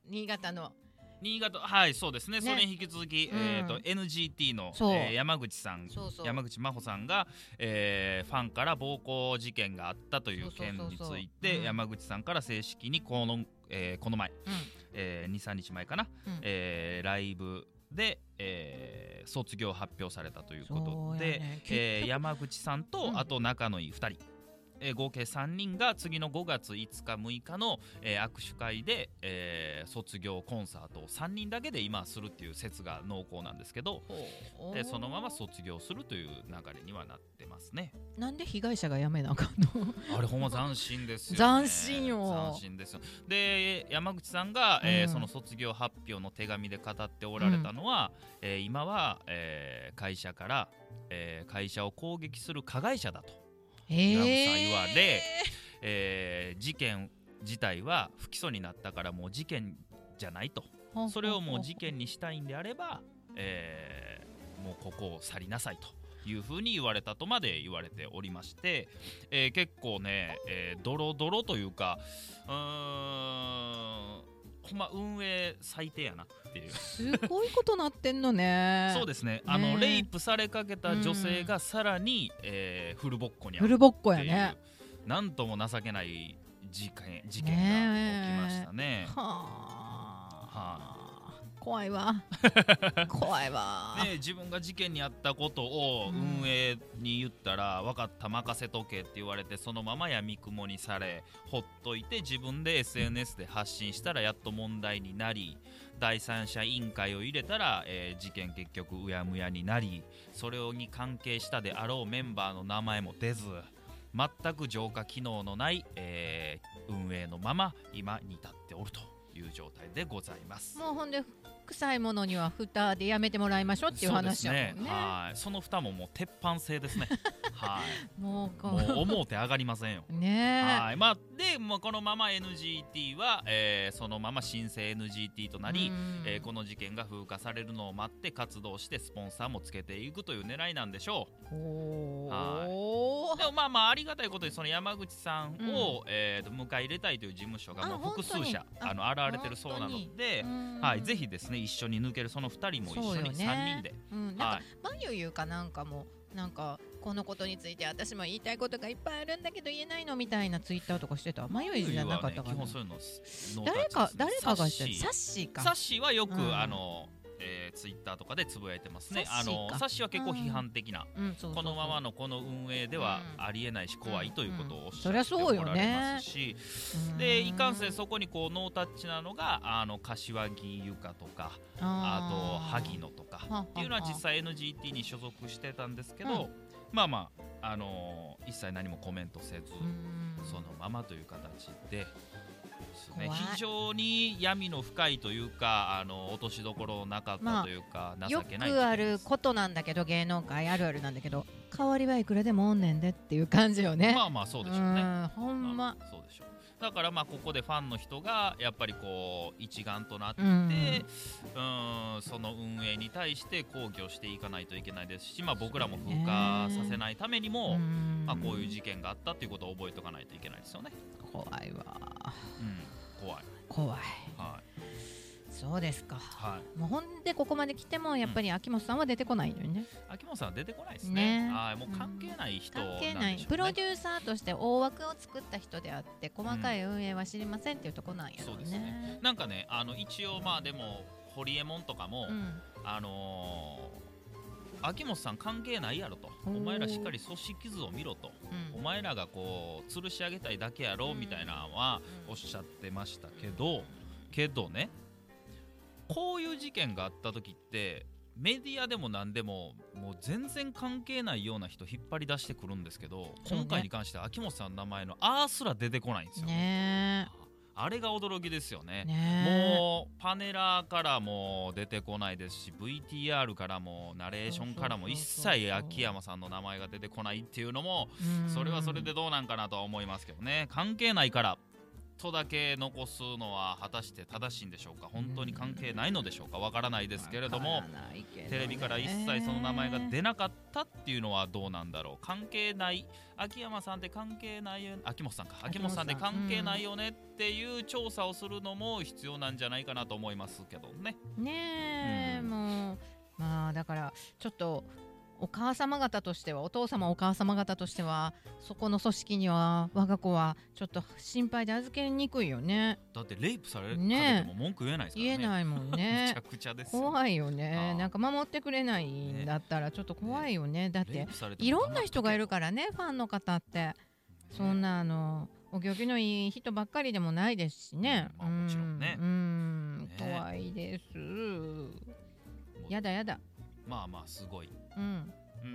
Speaker 2: 新潟の
Speaker 1: い新潟はいそうですね
Speaker 2: ね
Speaker 1: それに引き続き、
Speaker 2: うん
Speaker 1: えっ、と NGT の、
Speaker 2: そう
Speaker 1: えー山口さん
Speaker 2: そうそう
Speaker 1: 山口真帆さんが、えーファンから暴行事件があったという件につ
Speaker 2: そうそうそう
Speaker 1: い
Speaker 2: そうう
Speaker 1: て
Speaker 2: ん
Speaker 1: 山口さんから正式にこの,、えーこの前、
Speaker 2: うん
Speaker 1: えー、23日前かな、
Speaker 2: うん
Speaker 1: えーライブで、えー卒業発表されたというこ
Speaker 2: そう
Speaker 1: と
Speaker 2: や
Speaker 1: で、
Speaker 2: ね [laughs]
Speaker 1: えー
Speaker 2: 結局
Speaker 1: 山口さんと、
Speaker 2: うん
Speaker 1: あと仲のいい2人、えー合計3人が次の5月5日6日の、えー握手会で、えー卒業コンサートを3人だけで今するっていう説が濃厚なんですけど
Speaker 2: ほう
Speaker 1: でそのまま卒業するという流れにはなってますね。
Speaker 2: なんで被害者がやめなあかん
Speaker 1: [laughs]
Speaker 2: の
Speaker 1: あれほんま斬新ですよ、ね。
Speaker 2: 斬新よ
Speaker 1: 斬新ですよ。で山口さんが、えー
Speaker 2: うん
Speaker 1: その卒業発表の手紙で語っておられたのは、えー今は、えー会社から、えー会社を攻撃する加害者だと、
Speaker 2: へ
Speaker 1: ラムさん言われえー事件自体は不起訴になったからもう事件じゃないと。
Speaker 2: ー
Speaker 1: それをもう事件にしたいんであれば、えーもうここを去りなさいと。いうふうに言われたとまで言われておりまして、えー結構ね、えードロドロというかうーんほんま運営最低やなっていう
Speaker 2: すごいことなってんのね
Speaker 1: そうですねあの
Speaker 2: ねえ
Speaker 1: レイプされかけた女性がさらに、えーフルボッコにあ
Speaker 2: フ
Speaker 1: う
Speaker 2: ルボッコ
Speaker 1: っ
Speaker 2: や
Speaker 1: ていう
Speaker 2: ね
Speaker 1: なんとも情けない事件事件が起きましたね
Speaker 2: はあ怖い
Speaker 1: [laughs]
Speaker 2: わ怖いわ
Speaker 1: ね、自分が事件にあったことを
Speaker 2: うん
Speaker 1: 運営に言ったら、分かった任せとけって言われてそのままやみくもにされほっといて自分で SNS で発信したらやっと問題になり第三者委員会を入れたら、えー事件結局うやむやになりそれに関係したであろうメンバーの名前も出ず全く浄化機能のない、えー運営のまま今に至っておるという状態でございます。
Speaker 2: もうほんで臭いものには蓋でやめてもらいましょうっていう
Speaker 1: そうで
Speaker 2: 話
Speaker 1: す
Speaker 2: やもん
Speaker 1: ね
Speaker 2: ね。
Speaker 1: はいその蓋ももう鉄板製です
Speaker 2: [laughs]
Speaker 1: ね。はい
Speaker 2: もうこ
Speaker 1: もう
Speaker 2: う
Speaker 1: 思うて上がりませんよ。
Speaker 2: ね
Speaker 1: はいまあ、で、まあ、このまま NGT は、えーそのまま新生 NGT と
Speaker 2: え
Speaker 1: なり、
Speaker 2: うん
Speaker 1: えーこの事件が風化されるのを待って活動してスポンサーもつけていくという狙いなんでしょ
Speaker 2: お
Speaker 1: はい
Speaker 2: ー
Speaker 1: うでもまあまあありがたいことにその山口さんを、えーと迎え入れたいという事務所がも
Speaker 2: あ
Speaker 1: う複数社
Speaker 2: 本当
Speaker 1: あ
Speaker 2: に
Speaker 1: の現れてるそうなので、
Speaker 2: うん
Speaker 1: はい、ぜひですね一緒に抜けるその2人も一緒に
Speaker 2: そうよね
Speaker 1: 3人で、
Speaker 2: うん、なん
Speaker 1: は
Speaker 2: か、まゆゆかなんかも、なんか、このことについて、私も言いたいことがいっぱいあるんだけど、言えないのみたいなツイッターとかしてた。まゆ
Speaker 1: い、
Speaker 2: ゆじゃなかったか
Speaker 1: はね基本
Speaker 2: な。
Speaker 1: そういうのの
Speaker 2: 誰か、誰かがして
Speaker 1: し
Speaker 2: る。サッシーか。
Speaker 1: サッシーはよく、
Speaker 2: うん
Speaker 1: あの、えーツイッターとかでつぶやいてますね
Speaker 2: サッ
Speaker 1: あ
Speaker 2: シーか
Speaker 1: のサッシーは結構批判的な、
Speaker 2: うん、そうそうそう
Speaker 1: このままのこの運営ではありえないし怖いということをおっしゃっておられますし、でいかんせんそこにこうノータッチなのがあの柏木由香とか
Speaker 2: うん
Speaker 1: あと
Speaker 2: あー
Speaker 1: 萩野とかっていうのは実際 NGT に所属してたんですけ
Speaker 2: う
Speaker 1: どまあまああの一切何もコメントせず
Speaker 2: うん
Speaker 1: そのままという形で。ですね
Speaker 2: 怖い
Speaker 1: 非常に闇の深いというかあの落としどころなかったというか、情
Speaker 2: よ
Speaker 1: けない事件です
Speaker 2: くあることなんだけど芸能界あるあるなんだけど代わりはいくらでもおんねんでっていう感じよね。
Speaker 1: まあまあそうでしょうね。
Speaker 2: んほんま。
Speaker 1: あそうでしょうだからまあここでファンの人がやっぱりこう一丸となって、
Speaker 2: うん
Speaker 1: うーんその運営に対して抗議をしていかないといけないですし、まあ、僕らも風化させないためにも、
Speaker 2: ん
Speaker 1: まあ、こういう事件があったということを覚えておかないといけないですよね。
Speaker 2: 怖いわ
Speaker 1: うん、怖い、
Speaker 2: 怖い
Speaker 1: はい
Speaker 2: そうですか
Speaker 1: はい、
Speaker 2: もうほんでここまで来てもやっぱり秋元さんは出てこないのよね、
Speaker 1: 秋元さんは出てこないですね。
Speaker 2: ね
Speaker 1: はいもう関係ない人なん
Speaker 2: 関
Speaker 1: でしょう、
Speaker 2: 係
Speaker 1: ね、
Speaker 2: ない、プロデューサーとして大枠を作った人であって細かい運営は知りませんっていうとこなんやろ
Speaker 1: そう
Speaker 2: う
Speaker 1: です
Speaker 2: ね
Speaker 1: ね。なんかねあの一応まあでもホリエモンとかも、
Speaker 2: うん
Speaker 1: あのー秋元さん関係ないやろとお
Speaker 2: おー
Speaker 1: 前らしっかり組織図を見ろと
Speaker 2: うん
Speaker 1: お前らがこう吊るし上げたいだけやろ
Speaker 2: うん
Speaker 1: みたいなのはおっしゃってましたけどけどねこういう事件があった時ってメディアでも何でももう全然関係ないような人引っ張り出してくるんですけど
Speaker 2: そうね
Speaker 1: 今回に関しては秋元さんの名前の「あ」すら出てこないんですよ。
Speaker 2: ね
Speaker 1: あれが驚きですよね
Speaker 2: え。ね
Speaker 1: もうパネラーからも出てこないですし VTR からもナレーションからも一
Speaker 2: そうそうそう
Speaker 1: 切
Speaker 2: そう
Speaker 1: 秋山さんの名前が出てこないっていうのも
Speaker 2: えうん
Speaker 1: それはそれでどうなんかなとは思いますけどね関係ないからとだけ残すのは果たして正しいんでしょうか本当に関係ないのでしょうかわからないですけれど
Speaker 2: わ
Speaker 1: も
Speaker 2: からないけどね
Speaker 1: テレビから一切その名前が出なかったっていうのはどうなんだろう関係ない秋山さんって関係ないよ秋元さんか秋
Speaker 2: 秋
Speaker 1: 元
Speaker 2: 元
Speaker 1: さ
Speaker 2: さ
Speaker 1: ん
Speaker 2: ん
Speaker 1: で関係ないよねっていう調査をするのも必要なんじゃないかなと思いますけどね
Speaker 2: ねえ、
Speaker 1: うん
Speaker 2: もうまあだからちょっとお母様方としてはお父様お母様方としてはそこの組織には我が子はちょっと心配で預けにくいよね
Speaker 1: だってレイプされるかけ
Speaker 2: ね
Speaker 1: ても文句言えないですから
Speaker 2: 言
Speaker 1: ね
Speaker 2: えないも
Speaker 1: む
Speaker 2: ん
Speaker 1: [laughs]
Speaker 2: ね
Speaker 1: ちゃくちゃですよ
Speaker 2: 怖いよ
Speaker 1: あ
Speaker 2: ね
Speaker 1: ー
Speaker 2: なんか守ってくれないんだったらちょっと怖いよねだっ
Speaker 1: レイ
Speaker 2: て
Speaker 1: プされても
Speaker 2: いろんな人がい
Speaker 1: ね
Speaker 2: るからねファンの方ってそんなあのお行儀のいい人ばっかりでもないですしね、
Speaker 1: まあもちろんね
Speaker 2: うんうん
Speaker 1: ね
Speaker 2: 怖いですやだやだ
Speaker 1: まあまあすごい
Speaker 2: うん
Speaker 1: うー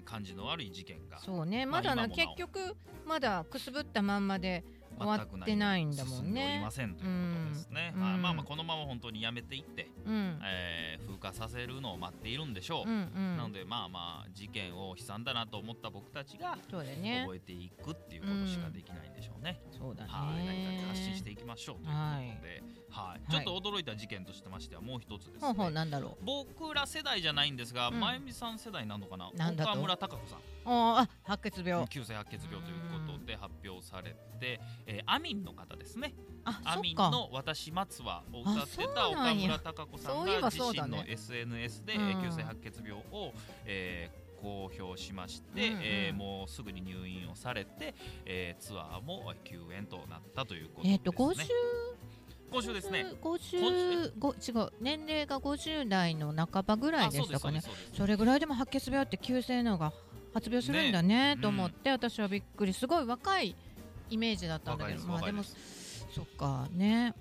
Speaker 1: ん感じの悪い事件が
Speaker 2: そうね
Speaker 1: まあ
Speaker 2: まだな、
Speaker 1: 今もな
Speaker 2: 結
Speaker 1: お
Speaker 2: 局まだくすぶったまんまで終わってないんだもん
Speaker 1: 全く何も進でおり
Speaker 2: ね
Speaker 1: ませんということですね、
Speaker 2: うん
Speaker 1: まあ
Speaker 2: うん
Speaker 1: まあまあこのまま本当にやめていって、
Speaker 2: うん
Speaker 1: えー風化させるのを待っているんでしょ
Speaker 2: う
Speaker 1: う、
Speaker 2: ん
Speaker 1: な
Speaker 2: う
Speaker 1: の
Speaker 2: ん
Speaker 1: でまあまあ事件を悲惨だなと思った僕たちが
Speaker 2: そうだね
Speaker 1: 覚えていくっていうことしかできないんでしょうね、
Speaker 2: そうだね
Speaker 1: はい何か発信していきましょうということで、はい
Speaker 2: はい
Speaker 1: ちょっと驚いた事件としてましてはもう一つですね、
Speaker 2: ほうほうなんだろう
Speaker 1: 僕ら世代じゃないんですが、
Speaker 2: うん
Speaker 1: まゆみさん世代なのかな
Speaker 2: なんだと
Speaker 1: 岡村孝子さん
Speaker 2: あーあ白血病
Speaker 1: 急性白血病ということで発表されて、えーアミンの方ですね
Speaker 2: あ
Speaker 1: ア
Speaker 2: そ
Speaker 1: ミ
Speaker 2: っ
Speaker 1: ン
Speaker 2: か
Speaker 1: の「私待つわ」を歌ってた
Speaker 2: あそうな
Speaker 1: 岡
Speaker 2: んや
Speaker 1: 村孝子さん
Speaker 2: そういえ
Speaker 1: が
Speaker 2: ば
Speaker 1: 自
Speaker 2: そう
Speaker 1: 身
Speaker 2: だね
Speaker 1: の SNS で、
Speaker 2: うん
Speaker 1: えー急性白血病を、えー公表しまして、
Speaker 2: うんうん
Speaker 1: えーもうすぐに入院をされて、えーツアーも休園となったということですね。
Speaker 2: えっ、と50
Speaker 1: 今週ですね。
Speaker 2: 50 50違う年齢が50代の半ばぐらいでしたかね
Speaker 1: そうです
Speaker 2: それぐらいでも白血病って急性のが発病するんだねと思って、私はびっくりすごい若いイメージだったんだ
Speaker 1: 若い
Speaker 2: け
Speaker 1: で
Speaker 2: ど
Speaker 1: す
Speaker 2: まあ
Speaker 1: 若
Speaker 2: で
Speaker 1: い
Speaker 2: も
Speaker 1: です。
Speaker 2: そっかね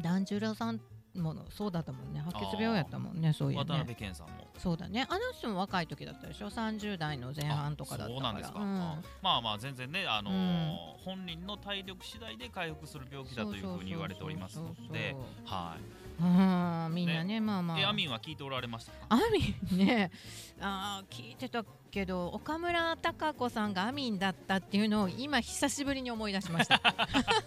Speaker 2: 團十郎さんものそうだったもんね白血病やったもんねそういう
Speaker 1: 渡
Speaker 2: ね
Speaker 1: 辺謙さんも
Speaker 2: そうだねあの人も若い時だったでしょ30代の前半とかだった
Speaker 1: あそう
Speaker 2: から
Speaker 1: なんですか、
Speaker 2: うん
Speaker 1: あまあまあ全然ね、あのー本人の体力次第で回復する病気だというふうに言われておりますので
Speaker 2: そうそうそうそう
Speaker 1: はい
Speaker 2: うんみんなねまあま
Speaker 1: え
Speaker 2: あ
Speaker 1: アミンは聞いておられましたか
Speaker 2: アミンねあー聞いてたけど岡村孝子さんがアミンだったっていうのを今久しぶりに思い出しました
Speaker 1: [laughs]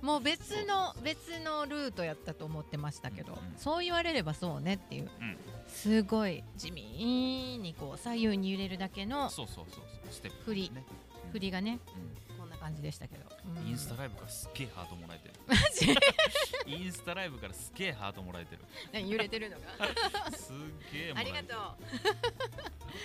Speaker 2: もう別の別のルートやったと思ってましたけど、
Speaker 1: うんうん
Speaker 2: そう言われればそうねっていう、
Speaker 1: うん
Speaker 2: すごい地味にこう左右に揺れるだけの
Speaker 1: そうそうそうそうステップ
Speaker 2: 振り
Speaker 1: ね、
Speaker 2: 振りがね
Speaker 1: う
Speaker 2: こんな感じでしたけど、うん
Speaker 1: ん、インスタライブからすっげえハートもらえてる
Speaker 2: マジ
Speaker 1: インスタライブからすっげえハートもらえてる
Speaker 2: 何揺れてるのが
Speaker 1: すっげえもら
Speaker 2: あ
Speaker 1: え
Speaker 2: り
Speaker 1: てる
Speaker 2: がとう。
Speaker 1: [laughs]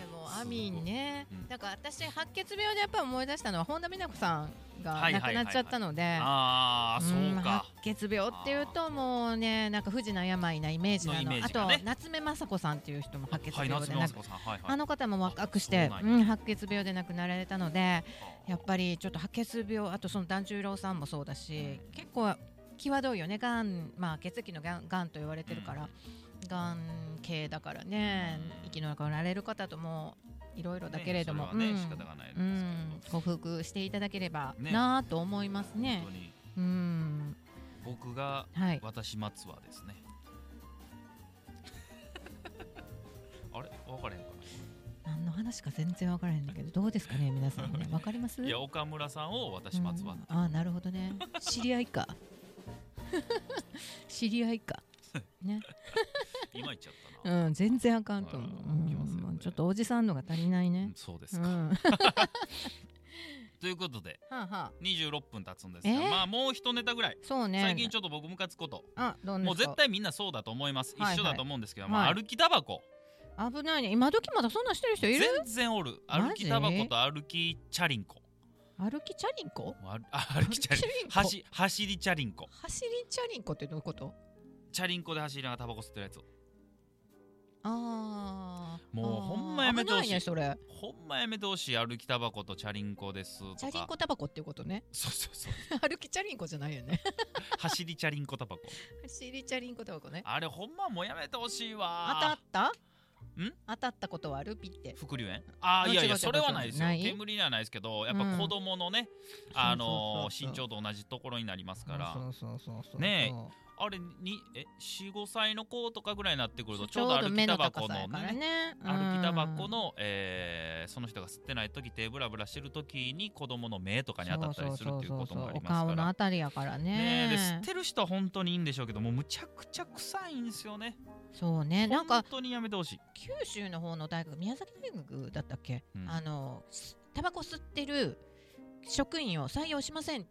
Speaker 2: でも
Speaker 1: すごい
Speaker 2: アミンね
Speaker 1: う、ん
Speaker 2: だから私白血病でやっぱり思い出したのは本田美奈子さんが
Speaker 1: はい
Speaker 2: 亡
Speaker 1: はい
Speaker 2: く
Speaker 1: はいはい
Speaker 2: なっちゃったので。
Speaker 1: ああそ
Speaker 2: ん
Speaker 1: うか、
Speaker 2: 白血病っていうともうねなんか不治の病なイメージな
Speaker 1: の
Speaker 2: の
Speaker 1: イメー
Speaker 2: あ
Speaker 1: ジが
Speaker 2: と
Speaker 1: ね
Speaker 2: 夏目雅子さんっていう人も白血
Speaker 1: はい
Speaker 2: 病
Speaker 1: 夏
Speaker 2: で
Speaker 1: 目
Speaker 2: 亡
Speaker 1: 雅
Speaker 2: く
Speaker 1: 子さんはいはい
Speaker 2: あの方も若くして
Speaker 1: あそううなん
Speaker 2: 白血病で亡くなられたのでやっ
Speaker 1: り
Speaker 2: ぱりちょっと白血病あとその團十郎さんもそうだし
Speaker 1: うん
Speaker 2: 結構際どいよねがんまあ血液のがんがんと言われてるからがん系だからね、
Speaker 1: うん
Speaker 2: 生き残られる方ともいろいろだけれども、
Speaker 1: ねそれは
Speaker 2: うん
Speaker 1: ね、仕方がないですけ
Speaker 2: う
Speaker 1: ど、
Speaker 2: ん、克服していただければ
Speaker 1: ね
Speaker 2: なあと思いますね
Speaker 1: 本当。に
Speaker 2: うん、
Speaker 1: 僕が
Speaker 2: はい、
Speaker 1: 私松はです
Speaker 2: [laughs]
Speaker 1: ねあれ分からへんか
Speaker 2: 何の話か全然わからへんだけど、どうですかね、皆さんね、
Speaker 1: [laughs]
Speaker 2: わかります。
Speaker 1: ないや岡村さんを私松は、
Speaker 2: うんああ、なるほどね、知り合い
Speaker 1: [laughs]
Speaker 2: か。知り合いか。ね、
Speaker 1: 今言っちゃったな、
Speaker 2: うん、全然あかんと思う
Speaker 1: あら。いけませんね
Speaker 2: うんちょっとおじさんのが足りない
Speaker 1: う
Speaker 2: ね
Speaker 1: ん。そうで
Speaker 2: う
Speaker 1: す
Speaker 2: ん、
Speaker 1: か、 [laughs]
Speaker 2: は
Speaker 1: ということで
Speaker 2: あ、はあ、
Speaker 1: 26分経つんですが、
Speaker 2: えー
Speaker 1: まあもう一ネタぐらい
Speaker 2: そうね。
Speaker 1: 最近ちょっと僕ムカつくこと、
Speaker 2: あ、どん
Speaker 1: もう
Speaker 2: です
Speaker 1: 絶
Speaker 2: か。
Speaker 1: 対みんなそうだと思います、
Speaker 2: はいはい
Speaker 1: 一緒だと思うんですけど、
Speaker 2: は
Speaker 1: まあ、
Speaker 2: い
Speaker 1: 歩きタバコ
Speaker 2: 危ないね。今時まだそんなんしてる人いる？
Speaker 1: 全然おる
Speaker 2: マジ
Speaker 1: 歩きタバコと歩きチャリンコ
Speaker 2: 歩きチャリンコ？
Speaker 1: あるあ歩きチャリン
Speaker 2: リンコ
Speaker 1: 走走りチャリンコ
Speaker 2: 走りチャリンコってどういうこと？
Speaker 1: チャリンコで走りながらタバコ吸ってるやつ
Speaker 2: ああ。
Speaker 1: もう
Speaker 2: あー
Speaker 1: ほんまやめてほしい
Speaker 2: 危ないねそれ。
Speaker 1: ほんまやめてほしい歩きタバコとチャリンコですとか
Speaker 2: チャリンコタバコっていうことね。 [laughs]
Speaker 1: そうそうそう
Speaker 2: 歩きチャリンコじゃないよ
Speaker 1: [laughs]
Speaker 2: ね。
Speaker 1: 走りチャリンコタバコ
Speaker 2: 走りチャリンコタバコね。
Speaker 1: あれほんまもうやめてほしい
Speaker 2: 当
Speaker 1: わ
Speaker 2: たった？
Speaker 1: ん？
Speaker 2: 当たったことはあるピって。
Speaker 1: 副流煙ああいやい
Speaker 2: 違う違
Speaker 1: や
Speaker 2: う
Speaker 1: それはないですよ
Speaker 2: ない
Speaker 1: 煙にはないですけどやっ
Speaker 2: うん
Speaker 1: ぱ子供のね、
Speaker 2: そう
Speaker 1: あの
Speaker 2: そうそうそう
Speaker 1: 身長と同じところになりますから
Speaker 2: そうそうそうそう。
Speaker 1: ねあれにえ45歳の子とかぐらいになってくるとち
Speaker 2: ち
Speaker 1: ょ
Speaker 2: ょ
Speaker 1: う
Speaker 2: う
Speaker 1: ど歩
Speaker 2: ど
Speaker 1: き
Speaker 2: 目
Speaker 1: タ
Speaker 2: の
Speaker 1: バ
Speaker 2: 高
Speaker 1: コ
Speaker 2: さや
Speaker 1: の
Speaker 2: から
Speaker 1: ね
Speaker 2: ね。
Speaker 1: 歩きタバコ
Speaker 2: うん
Speaker 1: の、えーその人が吸ってない時手ぶらぶらしてる時に子供の目とかに当たったりするっていうこともあります
Speaker 2: そうそうそうそうお
Speaker 1: か
Speaker 2: 顔の
Speaker 1: ら
Speaker 2: あたりやから
Speaker 1: ねえ
Speaker 2: ね
Speaker 1: で吸ってる人は本当にいいんでしょうけどもうむちゃくちゃ臭いんですよね
Speaker 2: そうねなんか
Speaker 1: 本当にやめてほしい、
Speaker 2: 九州の方の大学宮崎大学だったっけ、
Speaker 1: うん
Speaker 2: あのすタバコ吸ってる職員を採用しませんっ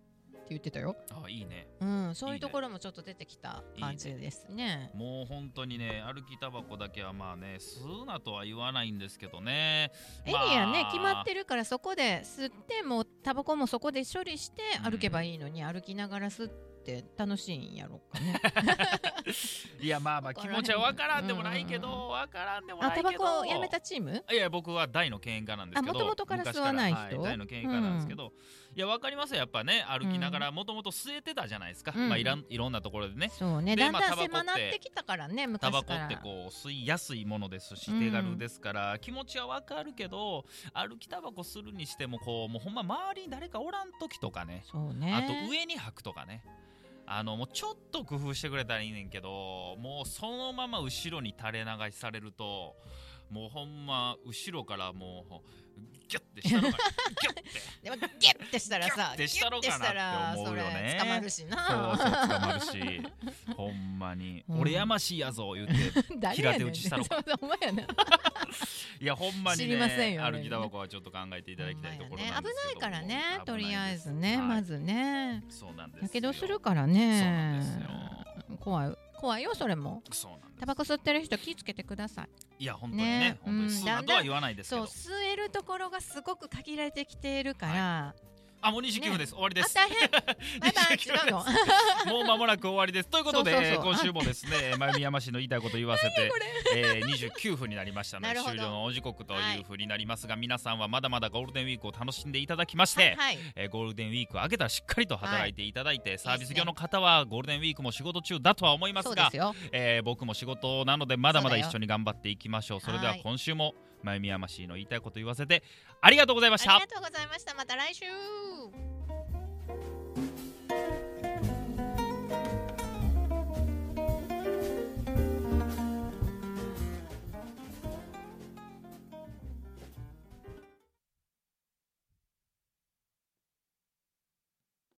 Speaker 2: て言ってたよ、
Speaker 1: あいいね
Speaker 2: うん、そう
Speaker 1: い
Speaker 2: い
Speaker 1: ね
Speaker 2: うところもちょっと出てきた感じですね
Speaker 1: もう本当にね歩きタバコだけはまあね吸うなとは言わないんですけどねいいね
Speaker 2: エリアね、
Speaker 1: まあ
Speaker 2: 決まってるからそこで吸ってもうタバコもそこで処理して
Speaker 1: うん
Speaker 2: 歩けばいいのに、歩きながら吸って楽しいんやろう
Speaker 1: [laughs]
Speaker 2: かね
Speaker 1: いやまあまあ
Speaker 2: わか
Speaker 1: 気
Speaker 2: らへん
Speaker 1: 持ちは分からんでもないけ
Speaker 2: うんうん
Speaker 1: ど分からんでも
Speaker 2: あ
Speaker 1: ないけ
Speaker 2: タ
Speaker 1: ど
Speaker 2: バコをやめたチーム
Speaker 1: いや僕は大の犬猿家なんですけど
Speaker 2: あ元々から吸わない人
Speaker 1: 昔からはい大の犬猿家なんですけど、いや分かりますよやっぱね歩きながらもともと吸えてたじゃないですか、
Speaker 2: うん
Speaker 1: まあいらんいろんなところでね
Speaker 2: そうね
Speaker 1: で
Speaker 2: だん
Speaker 1: まあ
Speaker 2: だ
Speaker 1: タバ
Speaker 2: ん
Speaker 1: コって
Speaker 2: 狭なってきたからね
Speaker 1: タ
Speaker 2: 昔
Speaker 1: バコ
Speaker 2: から
Speaker 1: ってこう吸いやすいものですし
Speaker 2: うん
Speaker 1: 手軽ですから、気持ちは分かるけど歩きタバコするにしてもこうもうほんま周りに誰かおらん時とかね
Speaker 2: そうね
Speaker 1: あと上に履くとかねあのもうちょっと工夫してくれたらいいねんけどもうそのまま後ろに垂れ流しされるともうほんま後ろからもうギュッてしたのかなギュッて
Speaker 2: でもギュッてしたらさ
Speaker 1: ギュッてしたろかな
Speaker 2: ギュッてしたら
Speaker 1: って思うよね
Speaker 2: それ捕まるし
Speaker 1: そう [laughs] そう
Speaker 2: な
Speaker 1: 捕まるしほんまに、
Speaker 2: うん
Speaker 1: 俺やましいやぞ言って [laughs]
Speaker 2: [laughs] 誰や
Speaker 1: 平
Speaker 2: ねん
Speaker 1: 手打ちしたろか
Speaker 2: [laughs] そうそうお前やね
Speaker 1: いやほんまにね
Speaker 2: 知りませんよね
Speaker 1: 歩きタバコはちょっと考えていただきたいところ
Speaker 2: ほん
Speaker 1: な
Speaker 2: まや
Speaker 1: んで
Speaker 2: ね
Speaker 1: すけ
Speaker 2: 危ない
Speaker 1: ど
Speaker 2: からね
Speaker 1: も
Speaker 2: とりあえず
Speaker 1: 危
Speaker 2: ね
Speaker 1: ない
Speaker 2: ま
Speaker 1: です
Speaker 2: ずね
Speaker 1: そうなんですよ
Speaker 2: やけどするからね
Speaker 1: そうなんですよ
Speaker 2: 怖い怖いよそれも
Speaker 1: そうなんです
Speaker 2: タバコ吸ってる人気ぃつけてください
Speaker 1: いや本当にね
Speaker 2: ね
Speaker 1: 本当に
Speaker 2: うん
Speaker 1: 吸うなとは言わないですけ
Speaker 2: そ
Speaker 1: ど
Speaker 2: う吸えるところがすごく限られてきているから、
Speaker 1: あもう29分です、終わりで
Speaker 2: あ
Speaker 1: す [laughs]
Speaker 2: 大変バイバイ
Speaker 1: 29分
Speaker 2: 違うの
Speaker 1: もう間もなく終わりですということで
Speaker 2: そうそうそう
Speaker 1: えー今週もですね真弓山氏の言いたいこと言わせて
Speaker 2: これ
Speaker 1: えー、29分になりましたの
Speaker 2: な
Speaker 1: で
Speaker 2: るほど
Speaker 1: 終了のお時刻というふうになりますが、皆さんはまだまだゴールデンウィークを楽しんでいただきまして、
Speaker 2: [laughs] はいはい
Speaker 1: えーゴールデンウィーク明けたらしっかりと働いていただいて、サービ
Speaker 2: いい
Speaker 1: ス
Speaker 2: です
Speaker 1: 業
Speaker 2: ね
Speaker 1: の方はゴールデンウィークも仕事中だとは思います
Speaker 2: そうで
Speaker 1: が
Speaker 2: すよ
Speaker 1: えー僕も仕事なのでまだまだ
Speaker 2: そうだよ
Speaker 1: 一緒に頑張っていきましょうそれでは
Speaker 2: はい
Speaker 1: 今週も真弓山氏の言いたいこと言わせてありがとうございました
Speaker 2: ありがとうございましたまた来週